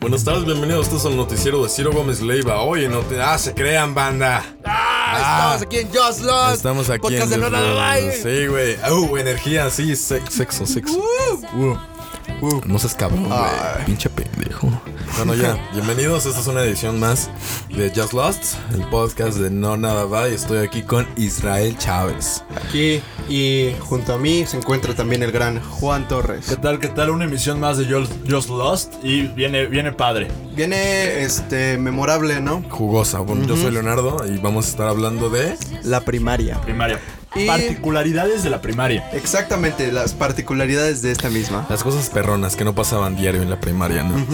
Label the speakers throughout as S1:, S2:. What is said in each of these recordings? S1: Buenas tardes, bienvenidos. Este es el noticiero de Ciro Gómez Leiva. Oye, no te... Ah, se crean, banda.
S2: Ah, estamos aquí en Just Lost.
S1: Estamos aquí
S2: Podcast de
S1: en...
S2: Lona Live.
S1: Sí, güey. Uh, energía, sí, se- sexo, sexo. Uh, uh. No seas cabrón, güey.
S2: Ay.
S1: Pinche pendejo. Bueno, ya, bienvenidos. Esta es una edición más de Just Lost, el podcast de No Nada Va. Y estoy aquí con Israel Chávez.
S2: Aquí y junto a mí se encuentra también el gran Juan
S3: ¿Qué
S2: Torres.
S3: tal? ¿Qué tal? Una emisión más de Just, Just Lost y viene, viene padre.
S2: Viene este memorable, ¿no?
S1: Jugosa. Bueno, yo soy Leonardo y vamos a estar hablando de.
S2: La primaria.
S3: Primaria.
S2: Y-
S3: Particularidades de la primaria.
S2: Exactamente, las particularidades de esta misma.
S1: Las cosas perronas que no pasaban diario en la primaria, ¿no?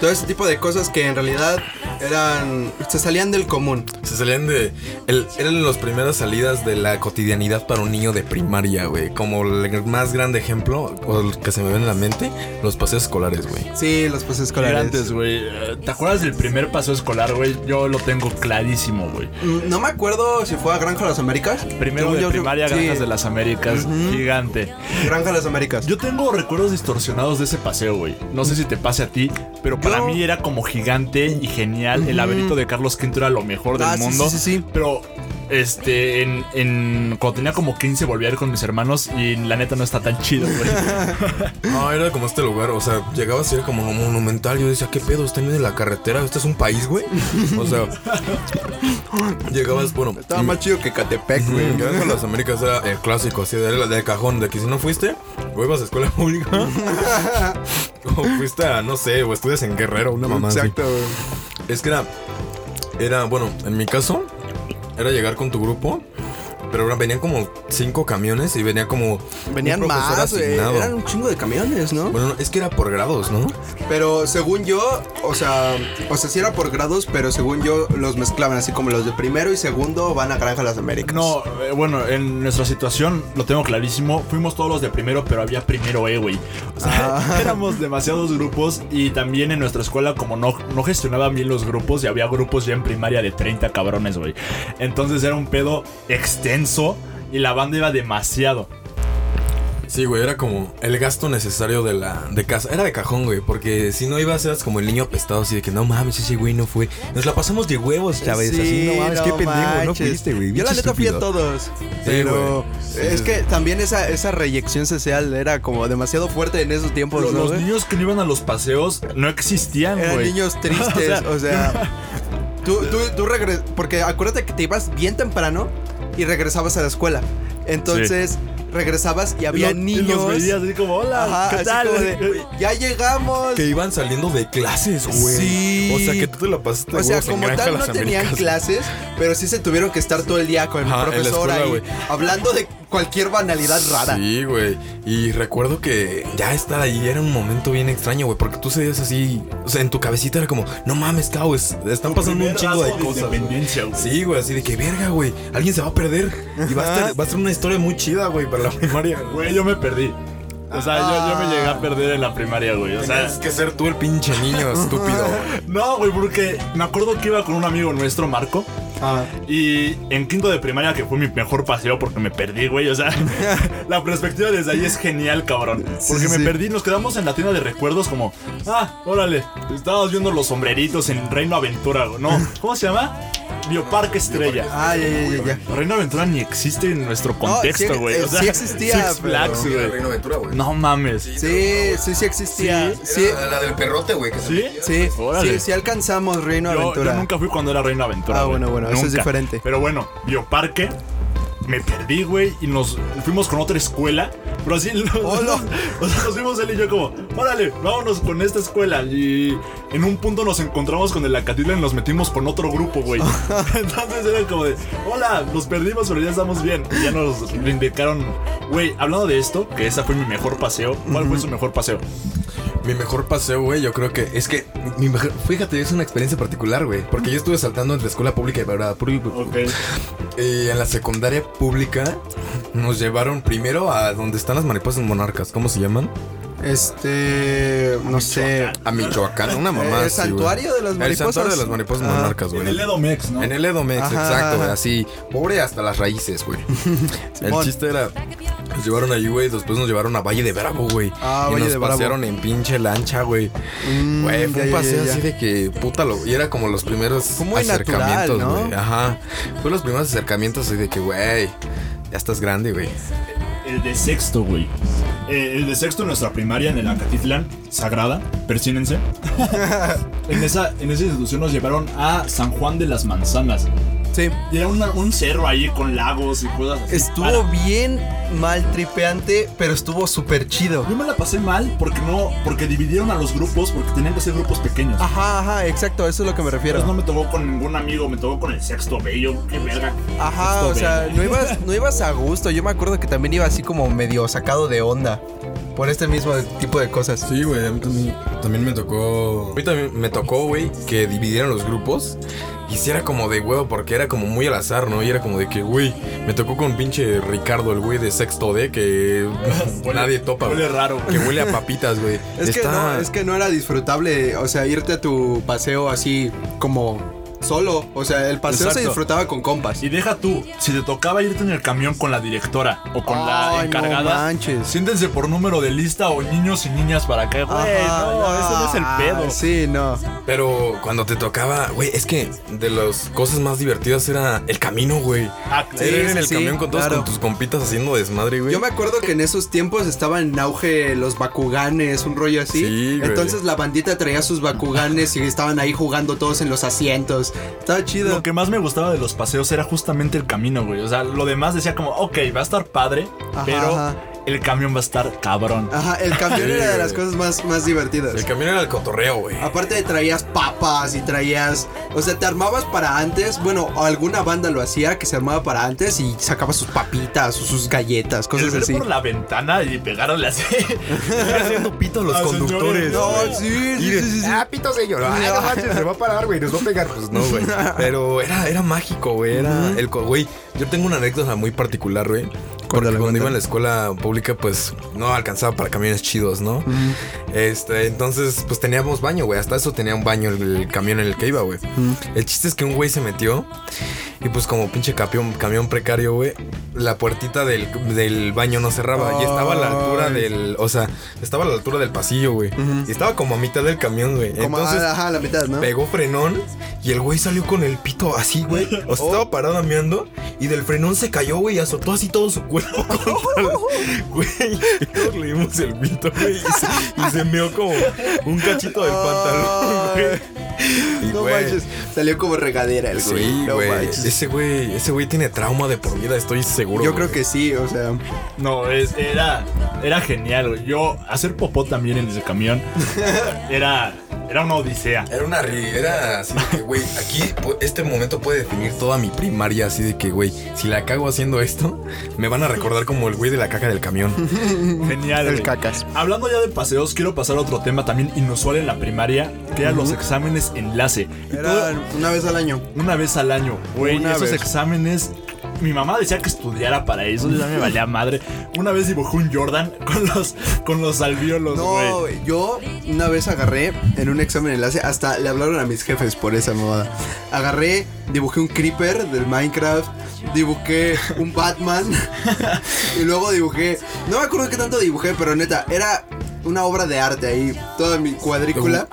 S2: Todo ese tipo de cosas que en realidad eran. se salían del común.
S1: Se salían de. el- eran las primeras salidas de la cotidianidad para un niño de primaria, güey. Como el más grande ejemplo, o el que se me viene en la mente, los paseos escolares, güey.
S2: Sí, los pases
S3: Era
S2: escolares.
S3: antes, güey. Eh, ¿Te acuerdas del primer paso escolar, güey? Yo lo tengo clarísimo, güey.
S2: Mm, No me acuerdo si fue a Granja de las Américas.
S3: Primero
S2: Según
S3: de
S2: yo,
S3: primaria,
S2: sí,
S3: Granjas de las Américas. Gigante.
S2: Granja de las Américas.
S3: Yo tengo recuerdos distorsionados de ese paseo, güey. No sé si te pase a ti, pero para
S2: Yo-
S3: mí era como gigante y genial. El laberinto de Carlos V era lo mejor del
S2: Ah, sí,
S3: mundo.
S2: sí, sí, sí.
S3: Pero este, en, en- cuando tenía como 15 volví a ir con mis hermanos y la neta no está tan chido, güey.
S1: No, era como este lugar, o sea, llegaba a ser como monumental. Yo decía, ¿qué pedo? ¿Están en la carretera? ¿Este es un país, güey? O sea, llegabas, bueno.
S2: Estaba más chido que Catepec, güey.
S1: Granja de las Américas era el clásico, así de, de cajón, de que si no fuiste, o ibas a escuela pública, o fuiste a, no sé, o estudias en Guerrero, una mamá. así.
S2: Exacto, güey.
S1: Es que era, era, bueno, en mi caso, era llegar con tu grupo, pero ahora venían como cinco camiones y venía como un
S2: Venían
S1: profesor
S2: más, güey.
S1: asignado. Pues,
S2: Eran un chingo de camiones, ¿no?
S1: Bueno, no, es que era por grados, ¿no?
S2: Pero según yo, o sea, o sea, sí era por grados, pero según yo los mezclaban así como los de primero y segundo van a Granja Las Américas.
S3: No,
S2: Pues,
S3: eh, bueno, en nuestra situación lo tengo clarísimo. Fuimos todos los de primero, pero había primero E, güey. O sea,
S2: Ah.
S3: éramos demasiados grupos y también en nuestra escuela, como no, no gestionaban bien los grupos, y había grupos ya en primaria de 30 cabrones, güey. Entonces era un pedo extenso y la banda iba demasiado.
S1: Sí, güey, era como el gasto necesario de la de casa. Era de cajón, güey, porque si no ibas eras como el niño apestado, así de que no mames, ese güey no fue. Nos la pasamos de huevos, Chávez,
S2: Sí,
S1: así, no mames, qué pendejo, no
S2: manches.
S1: fuiste, güey.
S2: Yo la
S1: pinche
S2: neta fui a
S1: estúpido".
S2: todos. pero
S1: güey. Sí,
S2: es
S1: sí,
S2: que también esa, esa reyección social era como demasiado fuerte en esos tiempos,
S3: Los,
S2: Pues, ¿no,
S3: los
S2: güey?
S3: niños que no iban a los paseos no existían,
S2: Eran
S3: güey.
S2: niños tristes, o sea. Tú, tú, tú regres- Porque acuérdate que te ibas bien temprano y regresabas a la escuela. Entonces, regresabas y había
S3: Y lo- y
S2: niños.
S3: Los veías así como, hola,
S2: Ajá,
S3: ¿qué
S2: así
S3: tal?
S2: como de, ya llegamos.
S1: Que iban saliendo de clases, güey.
S2: Sí.
S1: O sea, que tú te la pasaste
S2: O sea,
S1: huevos en
S2: como
S1: Granja
S2: tal no
S1: Las
S2: tenían
S1: Américas.
S2: clases, pero sí se tuvieron que estar todo el día con
S1: Ajá, en
S2: el
S1: la
S2: profesor
S1: escuela,
S2: ahí,
S1: güey.
S2: hablando de cualquier banalidad rara.
S1: Sí, güey. Y recuerdo que ya estar ahí era un momento bien extraño, güey. Porque tú seguías así. O sea, en tu cabecita era como, no mames, Tao, es- están pasando un chingo de cosas. güey.
S3: Independencia, güey.
S1: Sí, güey, así de que verga, güey. Alguien se va a perder. Y va a, estar, va a ser una historia muy chida, güey, para la primaria. güey.
S3: Güey, yo me perdí. O sea, yo, yo
S2: Ah.
S3: me llegué a perder en la primaria, güey. O sea,
S1: Tienes que ser tú el pinche niño estúpido. güey.
S3: no, güey, porque me acuerdo que iba con un amigo nuestro, Marco.
S2: Ah,
S3: Y en quinto de primaria, que fue mi mejor paseo porque me perdí, güey. O sea, la perspectiva desde ahí es genial, cabrón.
S2: Sí,
S3: Porque
S2: sí,
S3: me
S2: sí.
S3: perdí, nos quedamos en la tienda de recuerdos como, ah, órale, estabas viendo los sombreritos en Reino Aventura, güey. No, ¿cómo se llama? Bioparque Estrella.
S2: ah, ya, ya, ya, ya.
S3: Reino Aventura ni existe en nuestro contexto,
S2: sí,
S3: güey.
S2: eh,
S3: o sea,
S2: sí existía,
S3: Six Flags,
S2: pero-
S3: güey. No mames.
S2: Sí, sí, sí existía. Sí,
S1: La del perrote, güey. que se
S3: ¿Sí?
S2: sí,
S3: Órale.
S2: sí, sí alcanzamos Reino
S3: Yo,
S2: Aventura.
S3: yo nunca fui cuando era Reino Aventura.
S2: Ah,
S3: güey.
S2: bueno, bueno, eso es
S3: Nunca.
S2: diferente.
S3: Pero bueno, Bioparque. Me perdí, güey, y nos fuimos con otra escuela. Pero así los,
S2: Hola.
S3: o sea, nos fuimos él y yo como, órale, vámonos con esta escuela. Y en un punto nos encontramos con el Acatila y nos metimos con otro grupo, güey. Entonces era como de, hola, nos perdimos, pero ya estamos bien. Y ya nos indicaron, güey, hablando de esto, que esa fue mi mejor paseo. ¿Cuál fue su mejor paseo?
S1: Mi mejor paseo, güey, yo creo que es que mi mejor, fíjate, es una experiencia particular, güey, porque yo estuve saltando entre escuela pública y verdad y Eh, en la secundaria pública nos llevaron primero a donde están las mariposas monarcas, ¿cómo se llaman?
S2: Este, no sé.
S1: A Michoacán, una mamá.
S2: ¿El
S1: así, güey.
S2: santuario de las
S1: El santuario
S2: mariposas?
S1: de las mariposas
S2: Ah.
S1: monarcas, güey.
S3: En el Edomex, ¿no?
S1: En el Edomex,
S2: Ajá,
S1: exacto, güey,
S2: ajá.
S1: así, pobre hasta las raíces, güey. el
S2: Simón.
S1: chiste era Nos llevaron ahí, güey. Después nos llevaron a Valle de Bravo, güey.
S2: Ah,
S1: y
S2: Valle
S1: nos
S2: de Bravo.
S1: pasearon en pinche lancha, güey.
S2: Mm,
S1: Güey,
S2: ya,
S1: fue un
S2: ya, ya,
S1: paseo
S2: ya.
S1: así de que, puta, lo- y era como los primeros
S2: Fue muy
S1: acercamientos,
S2: natural, ¿no?
S1: güey. Ajá. Fue los primeros acercamientos así de que, güey, ya estás grande, güey.
S3: El de sexto, güey. Eh, el de sexto en nuestra primaria en el Acatitlán, Sagrada, persínense. en, esa, en esa institución nos llevaron a San Juan de las Manzanas.
S2: Sí.
S3: Y era una- un cerro ahí con lagos y cosas así.
S2: Estuvo
S3: Para-
S2: bien mal tripeante, pero estuvo súper chido.
S3: Yo me la pasé mal porque no, porque dividieron a los grupos porque tenían que ser grupos pequeños.
S2: Ajá, ajá, exacto, eso es lo que me
S3: Pues no
S2: refiero.
S3: me tocó con ningún amigo, me tocó con el sexto bello. Qué verga.
S2: Ajá,
S3: Sexto
S2: o sea,
S3: bello.
S2: no ibas, no ibas a gusto. Yo me acuerdo que también iba así como medio sacado de onda por este mismo tipo de cosas.
S1: Sí, güey, a mí también, también me tocó. A mí también me tocó, güey, que dividieran los grupos. Y sí era como de huevo, porque era como muy al azar, ¿no? Y era como de que, güey, me tocó con pinche Ricardo, el güey de sexto D, que nadie topa, güey.
S3: Huele raro.
S1: Que huele a papitas, güey.
S2: Es que,
S1: Está-
S2: no, es que no era disfrutable, o sea, irte a tu paseo así como solo. O sea, el paseo se
S3: Exacto.
S2: disfrutaba con compas.
S3: Y deja tú, si te tocaba irte en el camión con la directora o con la
S2: Ay, no
S3: encargada,
S2: manches.
S3: siéntense por número de lista o niños y niñas para acá. Güey,
S2: Ajá,
S3: no, ese no es el
S2: ah,
S3: pedo.
S2: Sí, no.
S1: Pero cuando te tocaba, güey, es que de las cosas más divertidas era el camino, güey.
S3: Ah,
S1: Era
S2: Sí,
S1: ir
S2: sí,
S1: en el
S2: sí,
S1: camión con todos
S2: claro.
S1: con tus compitas haciendo desmadre, güey.
S2: Yo me acuerdo que en esos tiempos estaban en auge los bakuganes, un rollo así.
S1: Sí, güey.
S2: Entonces la bandita traía sus bakuganes y estaban ahí jugando todos en los asientos. Estaba chido.
S3: Lo que más me gustaba de los paseos era justamente el camino, güey. O sea, lo demás decía como, ok, va a estar padre,
S2: Ajá,
S3: pero
S2: ajá. Ah,
S3: el camión va a estar cabrón.
S2: Ajá, el camión
S1: Sí,
S2: era de
S1: güey.
S2: las cosas más, más divertidas.
S1: El camión era el cotorreo, güey.
S2: Aparte traías papas y traías, o sea, te armabas para antes, bueno, alguna banda lo hacía que se armaba para antes y sacaba sus papitas o sus galletas,
S3: El
S2: cosas
S3: ver
S2: así.
S3: por la ventana y pegarle así.
S1: haciendo pito a los
S3: Ah,
S1: conductores.
S3: señores, no,
S1: güey.
S2: sí,
S1: Y de- Ah, pito se lloró. Ah, no manches, se va a parar, güey. Nos va a pegar. Pues no, güey. Pero era, era mágico, güey. Era el. co- Güey, yo tengo una anécdota muy particular, güey. Porque cuando iba a la escuela pública, pues no alcanzaba para camiones chidos, ¿no? Este, entonces, pues teníamos baño, güey. Hasta eso tenía un baño el, el camión en el que iba, güey. El chiste es que un güey se metió. Y pues como pinche camión, camión precario, güey, la puertita del, del baño no cerraba. Y estaba a la altura
S2: Ay.
S1: del... O sea, estaba a la altura del pasillo, güey. Y estaba como a mitad del camión, güey.
S2: Como a-
S1: Entonces
S2: ajá, a la mitad, ¿no?
S1: pegó frenón y el güey salió con el pito así, güey. O sea,
S2: Oh.
S1: estaba parado meando y del frenón se cayó, güey, y azotó así todo su cuerpo. contra el- Güey, y todos le dimos el pito, güey. Y se, y se meó como un cachito del pantalón, güey. Y,
S2: No
S1: güey,
S2: manches, salió como regadera el güey.
S1: Sí,
S2: no
S1: güey.
S2: manches.
S1: ese güey, ese güey tiene trauma de por vida, estoy seguro.
S2: Yo
S1: güey.
S2: creo que sí, o sea.
S3: No, es- era, era genial, güey. Yo hacer popó también en ese camión era, era una odisea.
S1: era una ri- era así de que, güey, aquí pu- este momento puede definir toda mi primaria, así de que, güey, si la cago haciendo esto, me van a recordar como el güey de la caca del camión.
S3: Genial.
S2: El
S3: güey.
S2: cacas.
S3: Hablando ya de paseos, quiero pasar a otro tema también inusual en la primaria, que eran los exámenes enlace. Y todo-
S2: Era una vez al año.
S3: Una vez al año, güey.
S2: Una
S3: Esos
S2: vez.
S3: exámenes. Mi mamá decía que estudiara para eso, ya me valía madre. Una vez dibujé un Jordan con los, con los alvéolos, güey.
S2: No, güey, yo una vez agarré en un examen enlace, hasta le hablaron a mis jefes por esa mamada. Agarré, dibujé un creeper del Minecraft, dibujé un Batman y luego dibujé, no me acuerdo qué tanto dibujé, pero neta, era una obra de arte ahí, toda mi cuadrícula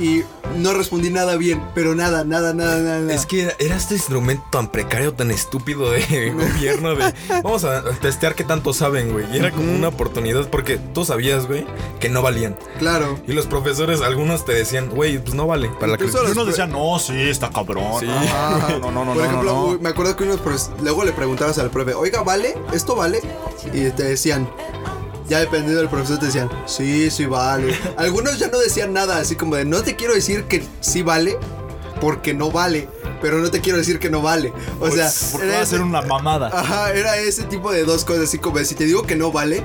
S2: y no respondí nada bien, pero nada, nada, nada, nada. nada.
S1: Es que era, era este instrumento tan precario, tan estúpido de gobierno de vamos a testear qué tanto saben, güey. Y era como una oportunidad porque tú sabías, güey, que no valían.
S2: claro.
S1: Y los profesores, algunos te decían, güey, pues no vale. Para la
S2: Incluso
S1: calificación".
S3: Y uno decía, no, sí, está cabrón.
S1: Sí.
S3: Ah,
S2: Ajá.
S3: no, no, no,
S2: Por
S3: no,
S2: ejemplo,
S3: no, no.
S2: me acuerdo que unos profes- luego le preguntabas al profe, oiga, ¿vale? ¿Esto vale? Y te decían, ya dependiendo del profesor, te decían, sí, sí vale. Algunos ya no decían nada, así como de, no te quiero decir que sí vale, porque no vale, pero no te quiero decir que no vale. O sea,
S3: Pues,
S2: Ah,
S3: porque va a
S2: ese-
S3: ser una mamada.
S2: Ajá, era ese tipo de dos cosas, así como de, si te digo que no vale,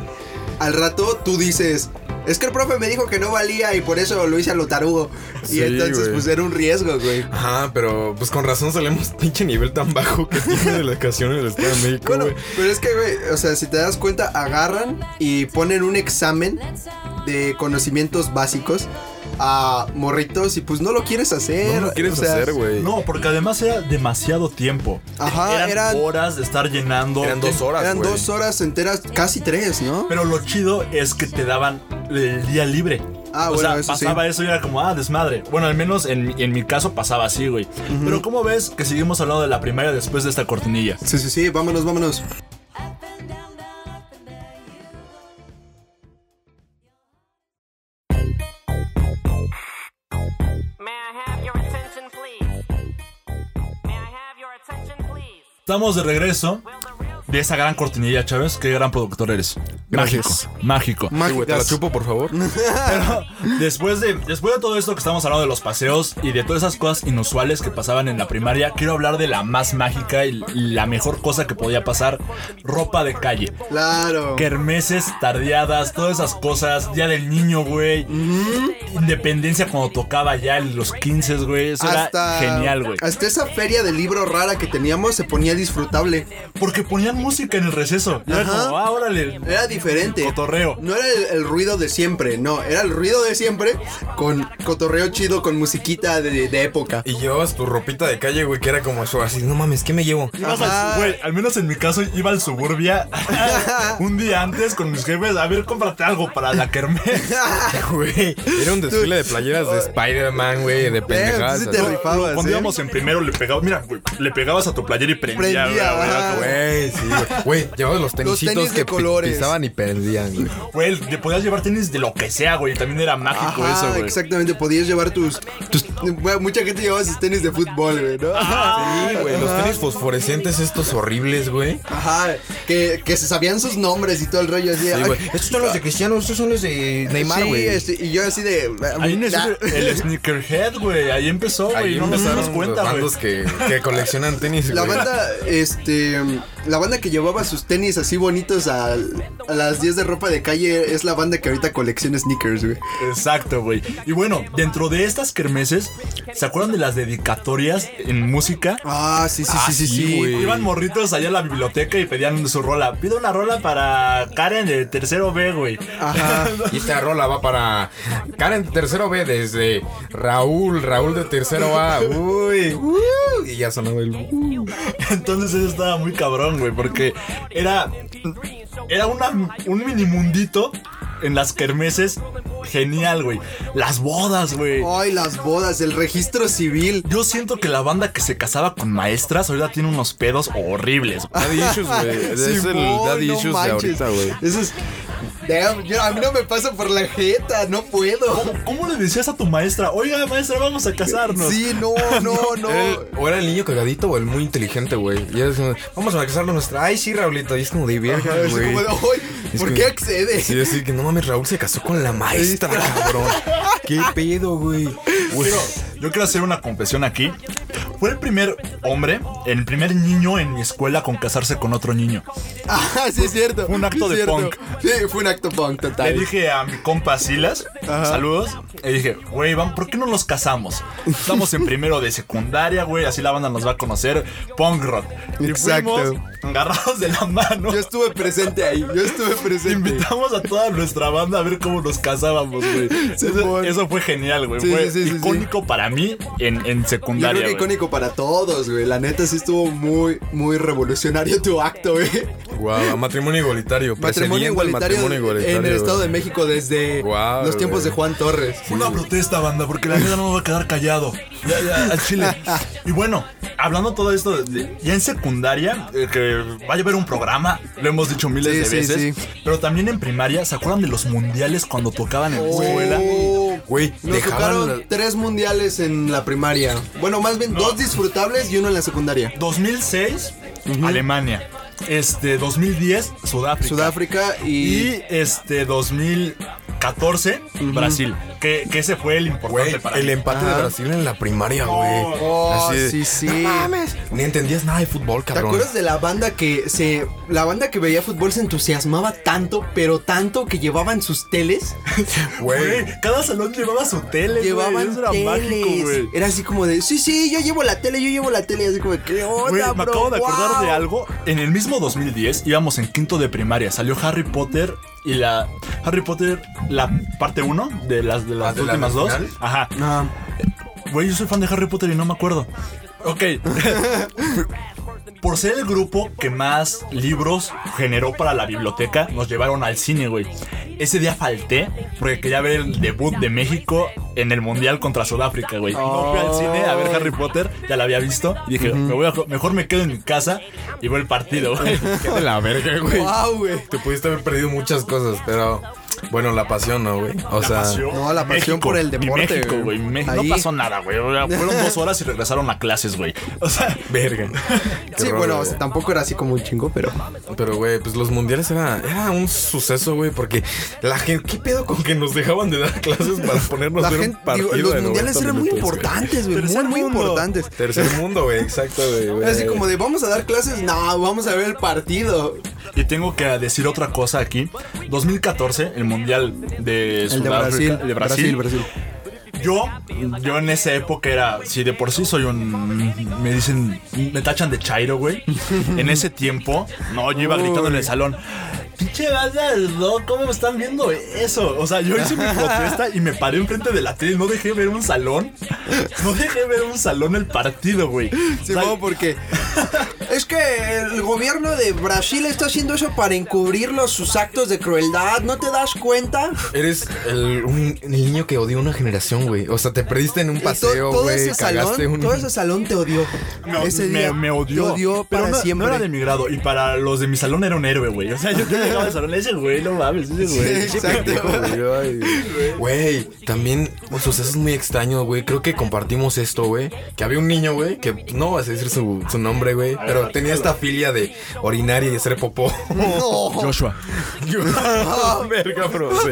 S2: al rato tú dices... Es que el profe me dijo que no valía y por eso lo hice a lo tarugo. Y
S1: Sí,
S2: entonces,
S1: güey.
S2: pues era un riesgo, güey.
S1: Ajá, pero pues con razón salemos pinche nivel tan bajo que tiene la educación en el Estado de México,
S2: Bueno,
S1: güey.
S2: pero es que, güey, o sea, si te das cuenta, agarran y ponen un examen de conocimientos básicos a morritos y pues no lo quieres hacer.
S1: No lo quieres
S2: o sea,
S1: hacer, güey.
S3: No, porque además era demasiado tiempo.
S2: Ajá,
S3: eran,
S2: eran-
S3: horas de estar llenando.
S1: Eran dos horas,
S2: Eran
S1: güey.
S2: dos horas enteras, casi tres, ¿no?
S3: Pero lo chido es que te daban el día libre.
S2: Ah,
S3: o
S2: bueno,
S3: sea,
S2: eso sí.
S3: pasaba eso y era como, ah, desmadre. Bueno, al menos en, mi- en mi caso pasaba así, güey. Pero ¿cómo ves que seguimos hablando de la primaria después de esta cortinilla?
S2: Sí, sí, sí, vámonos, vámonos.
S4: May I have your attention, please? May I have your attention, please?
S3: Estamos de regreso
S4: Will the real
S3: de esa gran cortinilla, Chávez. Qué gran productor eres.
S1: Gracias.
S3: Mágico. Mágico.
S1: Sí, güey, te la
S2: Mágicas.
S1: chupo, por favor.
S3: Después de, después de todo esto que estamos hablando de los paseos y de todas esas cosas inusuales que pasaban en la primaria, quiero hablar de la más mágica y la mejor cosa que podía pasar, ropa de calle.
S2: Claro.
S3: Kermeses, tardeadas, todas esas cosas, Día del Niño, güey. Independencia cuando tocaba ya en los 15, güey. Eso
S2: Hasta,
S3: era genial, güey.
S2: hasta esa feria de libro rara que teníamos se ponía disfrutable.
S3: Porque ponían música en el receso. Y Era
S2: Ajá.
S3: como, ah, órale,
S2: Era diferente.
S3: cotorreo.
S2: No era el, el ruido de siempre, no, era el ruido de siempre con cotorreo chido, con musiquita de, de época.
S1: Y llevabas tu ropita de calle, güey, que era como eso, así, no mames, ¿qué me llevo?
S3: Ibas
S2: Ajá.
S3: al, güey, al menos en mi caso iba al suburbia un día antes con mis jefes. A ver, cómprate algo para la kermés.
S1: Ah, Güey, era un desfile de playeras de Spider-Man, güey, de pendejadas.
S2: sí te
S1: así.
S2: rifabas,
S3: Cuando
S2: ¿eh?
S3: íbamos en primero le pegabas, mira, güey, le pegabas a tu playera y prendía, güey,
S2: Prendía,
S3: güey, era
S2: ajá.
S3: como, eh,
S1: Güey, sí, güey. Güey, llevabas los tenisitos
S2: tenis de
S1: que pi-
S2: colores.
S1: pisaban y prendían, güey.
S3: Güey, le podías llevar tenis de lo que sea, güey. También era mágico
S2: Ajá,
S3: eso, güey.
S2: exactamente, podías llevar tus, tus- bueno, Mucha gente llevaba sus tenis de fútbol, güey, ¿no?
S3: Ah.
S1: Sí, güey, los tenis fosforescentes estos horribles, güey.
S2: Ajá, que, que se sabían sus nombres y todo el rollo así.
S1: Sí, güey.
S2: ay,
S1: Estos son los de Cristiano, estos son los de Neymar,
S2: sí,
S1: güey.
S2: este, y yo así de...
S3: Ahí
S2: ah,
S3: nació el sneakerhead, güey. Ahí empezó, güey.
S1: Ahí
S3: No nos
S1: empezaron
S3: damos
S1: los
S3: cuenta, güey.
S1: bandos que, que coleccionan tenis,
S2: La
S1: güey.
S2: banda, este, la banda que llevaba sus tenis así bonitos a, a las 10 de ropa de calle es la banda que ahorita colecciona sneakers, güey.
S3: Exacto, güey. Y bueno, dentro de estas kermeses, ¿se acuerdan de las dedicatorias en música?
S2: Ah, sí, sí,
S1: Ah, sí, sí, güey.
S3: Iban morritos allá a la biblioteca y pedían su rola. Pido una rola para Karen de tercero B, güey.
S1: Ah.
S2: Ajá.
S1: Y esta rola va para Karen de tercero B desde Raúl, Raúl de tercero A. Uy, uh, y ya sonaba el. uh.
S3: Entonces eso estaba muy cabrón, güey, porque era era una, un minimundito en las kermeses genial, güey. Las bodas, güey.
S2: Ay, las bodas, el registro civil.
S3: Yo siento que la banda que se casaba con maestras ahorita tiene unos pedos horribles. güey.
S1: Daddy Issues, güey. es el
S2: Simón,
S1: Daddy
S2: no
S1: Issues de
S2: manches.
S1: ahorita, güey.
S2: Eso es. Damn, yo- a mí no me pasa por la jeta, no puedo.
S3: ¿Cómo, cómo le decías a tu maestra? Oiga, maestra, vamos a casarnos.
S2: Sí, no, no, no.
S1: Era el- o era el niño cagadito o el muy inteligente, güey. Y era como, vamos a casarnos nuestra. Ay, sí, Raulito. Y es como de vieja,
S2: Es
S1: güey.
S2: como de, "Ay,
S1: Es
S2: ¿Por
S1: que-
S2: qué accede?
S1: Sí, así que no mames, Raúl se casó con la maestra, cabrón. ¿Qué pedo, güey?
S3: Güey, yo quiero hacer una confesión aquí. Fue el primer hombre, el primer niño en mi escuela con casarse con otro niño.
S2: Ah, sí, es cierto.
S3: Fue un acto
S2: sí, es
S3: de
S2: cierto.
S3: punk.
S2: Sí, fue un acto punk,
S3: Le
S2: total.
S3: dije a mi compa Silas, saludos, le dije, güey, vam- ¿por qué no nos casamos? Estamos en primero de secundaria, güey, así la banda nos va a conocer, punk rock. Y
S2: Exacto.
S3: fuimos agarrados de la mano.
S2: Yo estuve presente ahí, yo estuve presente.
S3: Invitamos a toda nuestra banda a ver cómo nos casábamos, güey.
S2: Sí,
S3: Eso,
S2: por-
S3: eso fue genial, güey.
S2: Sí, sí,
S3: fue
S2: sí, sí, sí.
S3: icónico para mí en, en
S2: Yo
S3: secundaria.
S2: creo que
S3: güey.
S2: icónico para todos, güey. La neta sí estuvo muy, muy revolucionario tu acto, güey.
S1: Guau, matrimonio igualitario.
S2: Matrimonio
S1: precediente al
S2: igualitario,
S1: matrimonio igualitario,
S2: en el
S1: güey.
S2: Estado de México desde
S1: Guau,
S2: los tiempos
S1: güey.
S2: de Juan Torres.
S3: Una protesta, banda, porque la neta no me va a quedar callado. Ya, ya, al chile. Y bueno, hablando todo esto, de- ya en secundaria, eh, que vaya a haber un programa, lo hemos dicho miles
S2: Sí,
S3: de
S2: sí,
S3: veces. Pero también en primaria, ¿se acuerdan de los mundiales cuando tocaban en la escuela?
S2: Oh,
S1: Güey,
S2: Nos
S1: dejaban
S2: tocaron
S1: la-
S2: tres mundiales en la primaria. Bueno, más bien dos disfrutables y uno en la secundaria.
S3: 2006, Alemania. Este, 2010, Sudáfrica.
S2: Sudáfrica y...
S3: Y este, 2014, Brasil. Que, que ese fue el importante
S1: Güey,
S3: para
S1: el
S3: mí. Ah,
S1: empate de Brasil en la primaria, güey.
S2: Oh,
S1: Así de-
S2: sí, sí.
S1: "No mames, Ni entendías nada de fútbol,
S2: ¿Te
S1: cabrón.
S2: acuerdas de la banda que se. La banda que veía fútbol se entusiasmaba tanto, pero tanto que llevaban sus teles?
S1: Güey,
S3: Güey, cada salón llevaba su tele. güey,
S2: llevaban
S3: eso era
S2: teles.
S3: mágico, güey.
S2: era así como de, sí, sí, yo llevo la tele, yo llevo la tele. Así como, de, ¿qué onda,
S3: Güey, me
S2: bro?
S3: acabo de acordar
S2: ¡Guau!
S3: de algo. En el mismo 2010 íbamos en quinto de primaria. Salió Harry Potter y la Harry Potter, la parte 1 de las, de
S1: Ah,
S3: las
S1: ¿de la
S3: últimas dos.
S1: original?
S3: Ajá.
S2: No.
S3: Güey, yo soy fan de Harry Potter y no me acuerdo. Ok. Por ser el grupo que más libros generó para la biblioteca, nos llevaron al cine, güey. Ese día falté porque quería ver el debut de México en el Mundial contra Sudáfrica, güey. No fui al cine a ver Harry Potter, ya la había visto. Y dije, me voy a- mejor me quedo en mi casa y veo el partido, güey.
S1: Qué de la verga, güey.
S2: Wow, güey.
S1: Te pudiste haber perdido muchas cosas, pero bueno, la pasión, ¿no, güey? O sea,
S2: no, la pasión por el
S3: y
S2: deporte,
S3: México,
S2: güey.
S3: güey. México. No
S2: Ahí.
S3: pasó nada, güey. O sea, Fueron dos horas y regresaron a clases, güey. O sea,
S1: verga. Qué
S2: Sí,
S1: horror,
S2: bueno, o
S1: güey.
S2: sea, tampoco era así como un chingo, pero.
S1: Pero, güey, pues los mundiales era, era un suceso, güey, porque la gente, ¿qué pedo con que nos dejaban de dar clases para ponernos
S2: La
S1: a ver
S2: gente,
S1: un
S2: digo,
S1: partido de
S2: los mundiales
S1: 90
S2: eran muy
S1: minutos, güey?
S2: importantes, güey. Muy,
S3: Tercer
S2: muy
S3: mundo.
S2: importantes.
S1: Tercer mundo, güey, exacto, güey, güey.
S2: Así como de, vamos a dar clases. No, vamos a ver el partido.
S3: y tengo que decir otra cosa aquí. 2014, el Mundial de
S2: El de
S3: Sudáfrica,
S2: Brasil.
S3: el de Brasil.
S2: Brasil.
S3: Yo, yo en esa época era, si de por sí soy un, me dicen, me tachan de chairo, güey. En ese tiempo, no, yo iba gritando en el salón. Pinche banda, no, ¿cómo me están viendo eso? O sea, yo hice mi protesta y me paré enfrente de la tele. No dejé ver un salón. No dejé ver un salón el partido, güey.
S2: Sí,
S3: O sea,
S2: vamos, porque. Es que el gobierno de Brasil está haciendo eso para encubrir los, sus actos de crueldad. ¿No te das cuenta?
S1: Eres el, un- el niño que odió una generación, güey. O sea, te perdiste en un paseo,
S2: Y to- todo
S1: güey.
S2: ese salón,
S1: Cagaste un...
S2: todo ese salón te odió.
S3: Me,
S2: ese
S3: me-
S2: día
S3: me odió.
S2: Te odió
S3: Pero
S2: para
S3: no,
S2: siempre.
S3: no era de mi grado. Y para los de mi salón era un héroe, güey. O sea, yo, yo llegaba al salón ese güey, no mames, ese güey.
S2: Exacto.
S1: Güey, también un suceso muy extraño, güey. Creo que compartimos esto, güey. Que había un niño, güey, que no vas a decir su, su nombre, güey. Pero tenía esta filia de orinar y de ser popó.
S3: Joshua.
S1: Verga, bro. sí.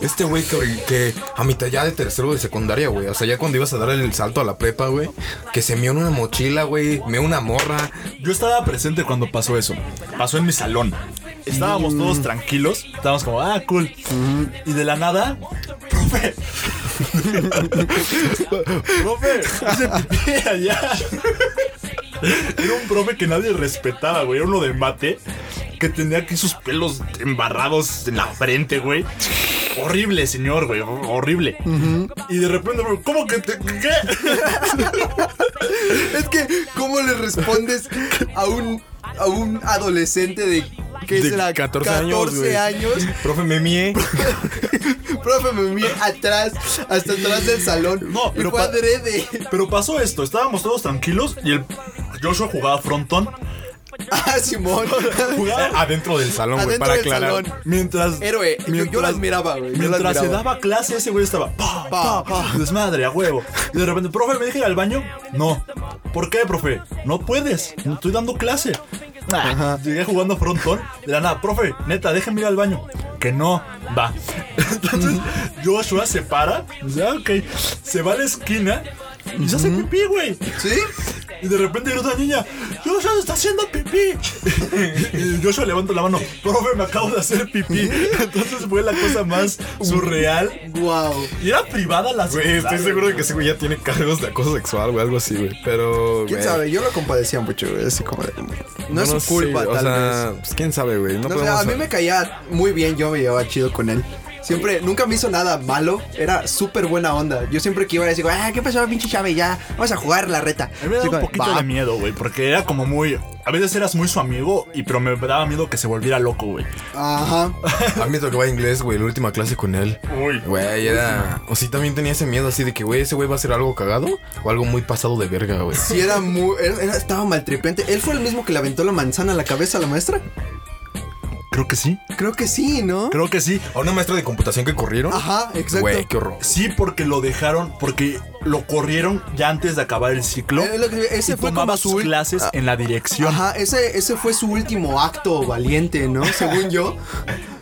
S1: Este güey que, que a mitad ya de tercero de secundaria, güey. O sea, ya cuando ibas a dar el salto a la prepa, güey. Que se meó en una mochila, güey. Meó una morra.
S3: Yo estaba presente cuando pasó eso. Pasó en mi salón. Estábamos todos
S2: Mm.
S3: tranquilos. Estábamos como, ah, cool. Y de la nada, profe. profe, hice pipí allá. Era un profe que nadie respetaba, güey. Era uno de mate que tenía aquí sus pelos embarrados en la frente, güey. Horrible, señor, güey. Horrible. Y de repente, ¿cómo que te.? ¿Qué?
S2: Es que, ¿cómo le respondes a un, a un adolescente de. ¿Qué
S1: De
S2: será?
S1: 14 años,
S2: 14
S1: güey.
S2: años.
S1: Profe, me mié.
S2: Profe, me vi atrás, hasta atrás del salón.
S3: No,
S2: Y
S3: pero
S2: fue
S3: pa-
S2: adrede.
S3: Pero pasó esto, estábamos todos tranquilos y el Joshua jugaba frontón. Eh,
S2: Ah, Simón.
S3: Jugaba
S1: Adentro del salón, güey,
S2: Adentro
S1: para
S2: del
S1: aclarar.
S2: salón.
S3: mientras.
S2: Héroe, yo- yo lo admiraba, güey, yo lo
S3: Mientras se
S2: admiraba.
S3: daba clase, ese güey estaba. Pa,
S2: Pa,
S3: pa,
S2: pa.
S3: Desmadre, a huevo. Y de repente, profe, ¿me deja ir al baño? No. ¿Por qué, profe? No puedes. no Estoy dando clase. Ah, llegué jugando frontón. De la nada, profe, neta, déjeme ir al baño. Que no. Va. Entonces, Joshua se para. Dice, ah, ok. Se va a la esquina. Y se hace pipí, güey.
S2: ¿Sí?
S3: Y de repente viene otra niña, Joshua se está haciendo pipí. Y Joshua levanta la mano, profe, me acabo de hacer pipí. Entonces fue la cosa más surreal.
S2: Wow.
S3: Y era privada la
S1: Güey, estoy
S3: secundaria,
S1: seguro de que
S3: güey.
S1: ese güey ya tiene cargos de acoso sexual, güey, algo así, güey. Pero.
S2: ¿Quién
S1: güey,
S2: sabe? Yo lo compadecía mucho, güey. Así como de. No es
S1: no
S2: su culpa,
S1: sé, o
S2: tal
S1: sea,
S2: vez.
S1: pues, quién sabe, güey. No,
S2: No, o sea,
S1: podemos.
S2: a mí me caía muy bien, yo me llevaba chido con él. Siempre, nunca me hizo nada malo, era súper buena onda. Yo siempre que iba decía, ah, ¿qué pasó, pinche chave? Ya, vamos a jugar la reta.
S3: A mí
S2: Así
S3: me daba
S2: como,
S3: un poquito
S2: "Va".
S3: de miedo, güey, porque era como muy... A veces eras muy su amigo, y pero me daba miedo que se volviera loco, güey.
S2: Ajá.
S1: A mí me tocaba inglés, güey, la última clase con él.
S3: Uy.
S1: Güey, era. O sí, también tenía ese miedo así de que, güey, ese güey va a hacer algo cagado o algo muy pasado de verga, güey.
S2: Sí, era muy. era- era- estaba maltripiante. ¿Él fue el mismo que le aventó la manzana a la cabeza a la maestra?
S3: Creo que sí.
S2: Creo que sí, ¿no?
S3: Creo que sí.
S1: A una maestra de computación que corrieron.
S2: Ajá, exacto.
S1: Güey, qué horror.
S3: Sí, porque lo dejaron, porque lo corrieron ya antes de acabar el ciclo.
S2: Eh, lo que- ese
S3: y
S2: fue
S3: tomaba
S2: como su
S3: sus
S2: ul-
S3: clases
S2: Ah.
S3: en la dirección.
S2: Ajá, ese, ese fue su último acto valiente, ¿no? Según yo.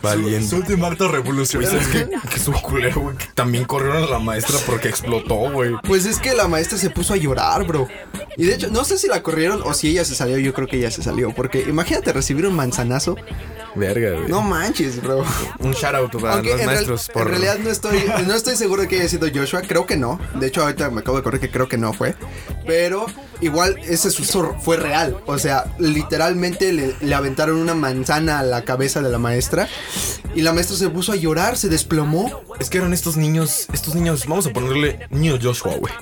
S1: Valiente.
S3: Su último acto
S1: Güey,
S3: revolucionario.
S1: ¿sabes qué? Que es un culero, güey. que También corrieron a la maestra porque explotó, güey.
S2: Pues es que la maestra se puso a llorar, bro. Y de hecho, no sé si la corrieron o si ella se salió. Yo creo que ella se salió. Porque imagínate recibir un manzanazo.
S1: Verga, güey.
S2: No manches, bro.
S1: Un shout out para
S2: Aunque
S1: los
S2: en, real-
S1: maestros
S2: en
S1: por.
S2: realidad no estoy, no estoy seguro de que haya sido Joshua. Creo que no. De hecho, ahorita me acabo de correr que creo que no fue. Pero igual ese suceso fue real. O sea, literalmente le, le aventaron una manzana a la cabeza de la maestra. Y la maestra se puso a llorar, se desplomó.
S1: Es que eran estos niños, estos niños, vamos a ponerle niño Joshua, güey.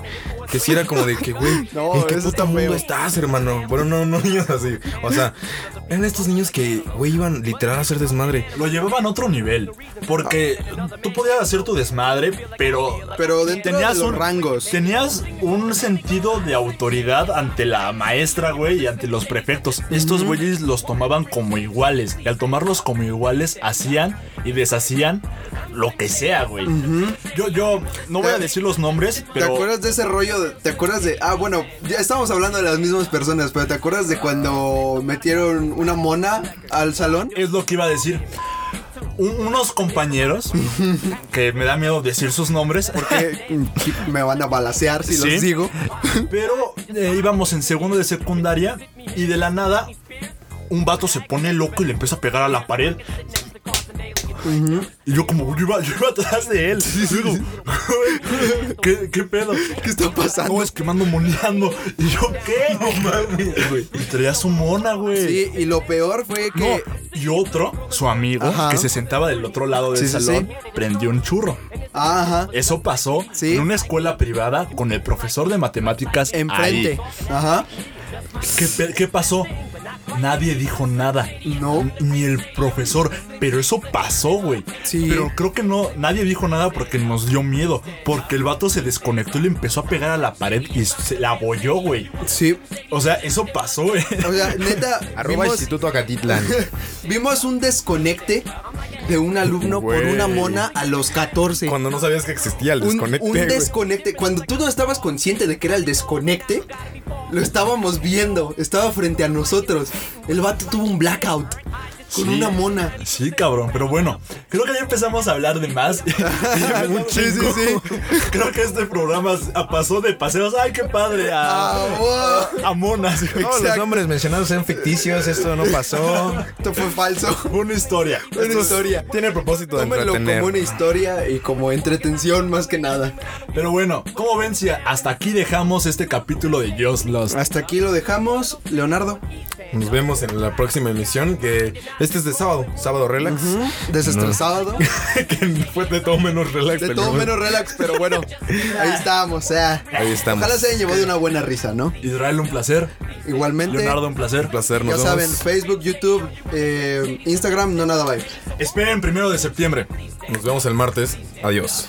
S1: Que si era como de que, güey,
S2: No,
S1: ¿en qué
S2: eso
S1: puto
S2: está
S1: mundo
S2: feo.
S1: estás, hermano? Bueno, no, no niños así. O sea, eran estos niños que, güey, iban literal a hacer desmadre.
S3: Lo llevaban a otro nivel. Porque tú podías hacer tu desmadre, pero.
S2: Pero dentro de los rangos.
S3: Tenías un sentido de autoridad ante la maestra, güey, y ante los prefectos. Estos güeyes los tomaban como iguales. Y al tomarlos como iguales, hacían y deshacían lo que sea, güey. Yo, yo no voy a
S2: ¿Te-
S3: decir los nombres, pero.
S2: Eh, ¿Te acuerdas de ese rollo? de- ¿Te acuerdas de.? Ah, bueno, ya estábamos hablando de las mismas personas, pero ¿te acuerdas de cuando metieron una mona al salón?
S3: es lo que iba a decir. Un- unos compañeros que me da miedo decir sus nombres
S2: Que mm, me van a balasear si
S3: Sí.
S2: los digo.
S3: Pero eh, íbamos en segundo de secundaria y de la nada un vato se pone loco y le empieza a pegar a la pared. Y yo como, yo iba, yo iba atrás de él. Y digo, "Güey, ¿Qué, ¿Qué pedo?
S2: ¿Qué está pasando?
S3: No, es que me ando moneando. Y yo, ¿qué? No mames, güey. Y traía su mona, güey.
S2: Sí, y lo peor fue
S3: No,
S2: que.
S3: y otro, su amigo,
S2: Ajá.
S3: que se sentaba del otro lado del
S2: Sí, sí,
S3: salón, prendió un churro.
S2: Ajá.
S3: Eso pasó
S2: Sí.
S3: en una escuela privada con el profesor de matemáticas ahí.
S2: Enfrente. Ajá.
S3: ¿Qué, pe- qué pasó? Nadie dijo nada.
S2: No.
S3: Ni el profesor. Pero eso pasó, güey.
S2: Sí.
S3: Pero creo que no. Nadie dijo nada porque nos dio miedo. Porque el vato se desconectó y le empezó a pegar a la pared y se la abolló, güey.
S2: Sí.
S3: O sea, eso pasó, güey.
S2: O sea, neta.
S1: Arroba
S2: vimos,
S1: Instituto Acatitlán.
S2: vimos un desconecte de un alumno por
S1: Güey.
S2: una mona a los 14.
S1: Cuando no sabías que existía el
S2: un,
S1: desconecte,
S2: un
S1: güey.
S2: desconecte. Cuando tú no estabas consciente de que era el desconecte, lo estábamos viendo. Estaba frente a nosotros. El vato tuvo un blackout con
S3: Sí.
S2: una mona.
S3: Sí, cabrón. Pero bueno, creo que ya empezamos a hablar de más.
S2: Sí, sí, sí.
S3: Creo que este programa s- pasó de paseos. ¡Ay, qué padre! A,
S2: Ah,
S3: a monas. güey.
S1: Todos los
S2: Exacto.
S1: nombres mencionados eran ficticios, esto no pasó.
S2: wow. Esto fue falso.
S3: Una historia.
S2: Una historia.
S1: Tiene el propósito de
S2: Tómenlo
S1: entretener.
S2: como una historia y como entretención más que nada.
S3: Pero bueno, como ven si hasta aquí dejamos este capítulo de Just Lost?
S2: Hasta aquí lo dejamos, Leonardo.
S1: Nos vemos en la próxima emisión, que este es de sábado, sábado relax.
S2: Desestresado.
S1: que fue de todo menos relax.
S2: De
S1: del
S2: todo
S1: mundo.
S2: menos relax, pero bueno. Ahí estamos, o sea.
S1: Ahí estamos.
S2: Ojalá se hayan llevado una buena risa, ¿no?
S3: Israel, un placer.
S2: Igualmente.
S3: Leonardo, un placer.
S1: Un placer,
S2: Ya
S1: nos vemos.
S2: saben, Facebook, YouTube, eh, Instagram, no nada vibes.
S3: Esperen primero de septiembre.
S1: Nos vemos el martes. Adiós.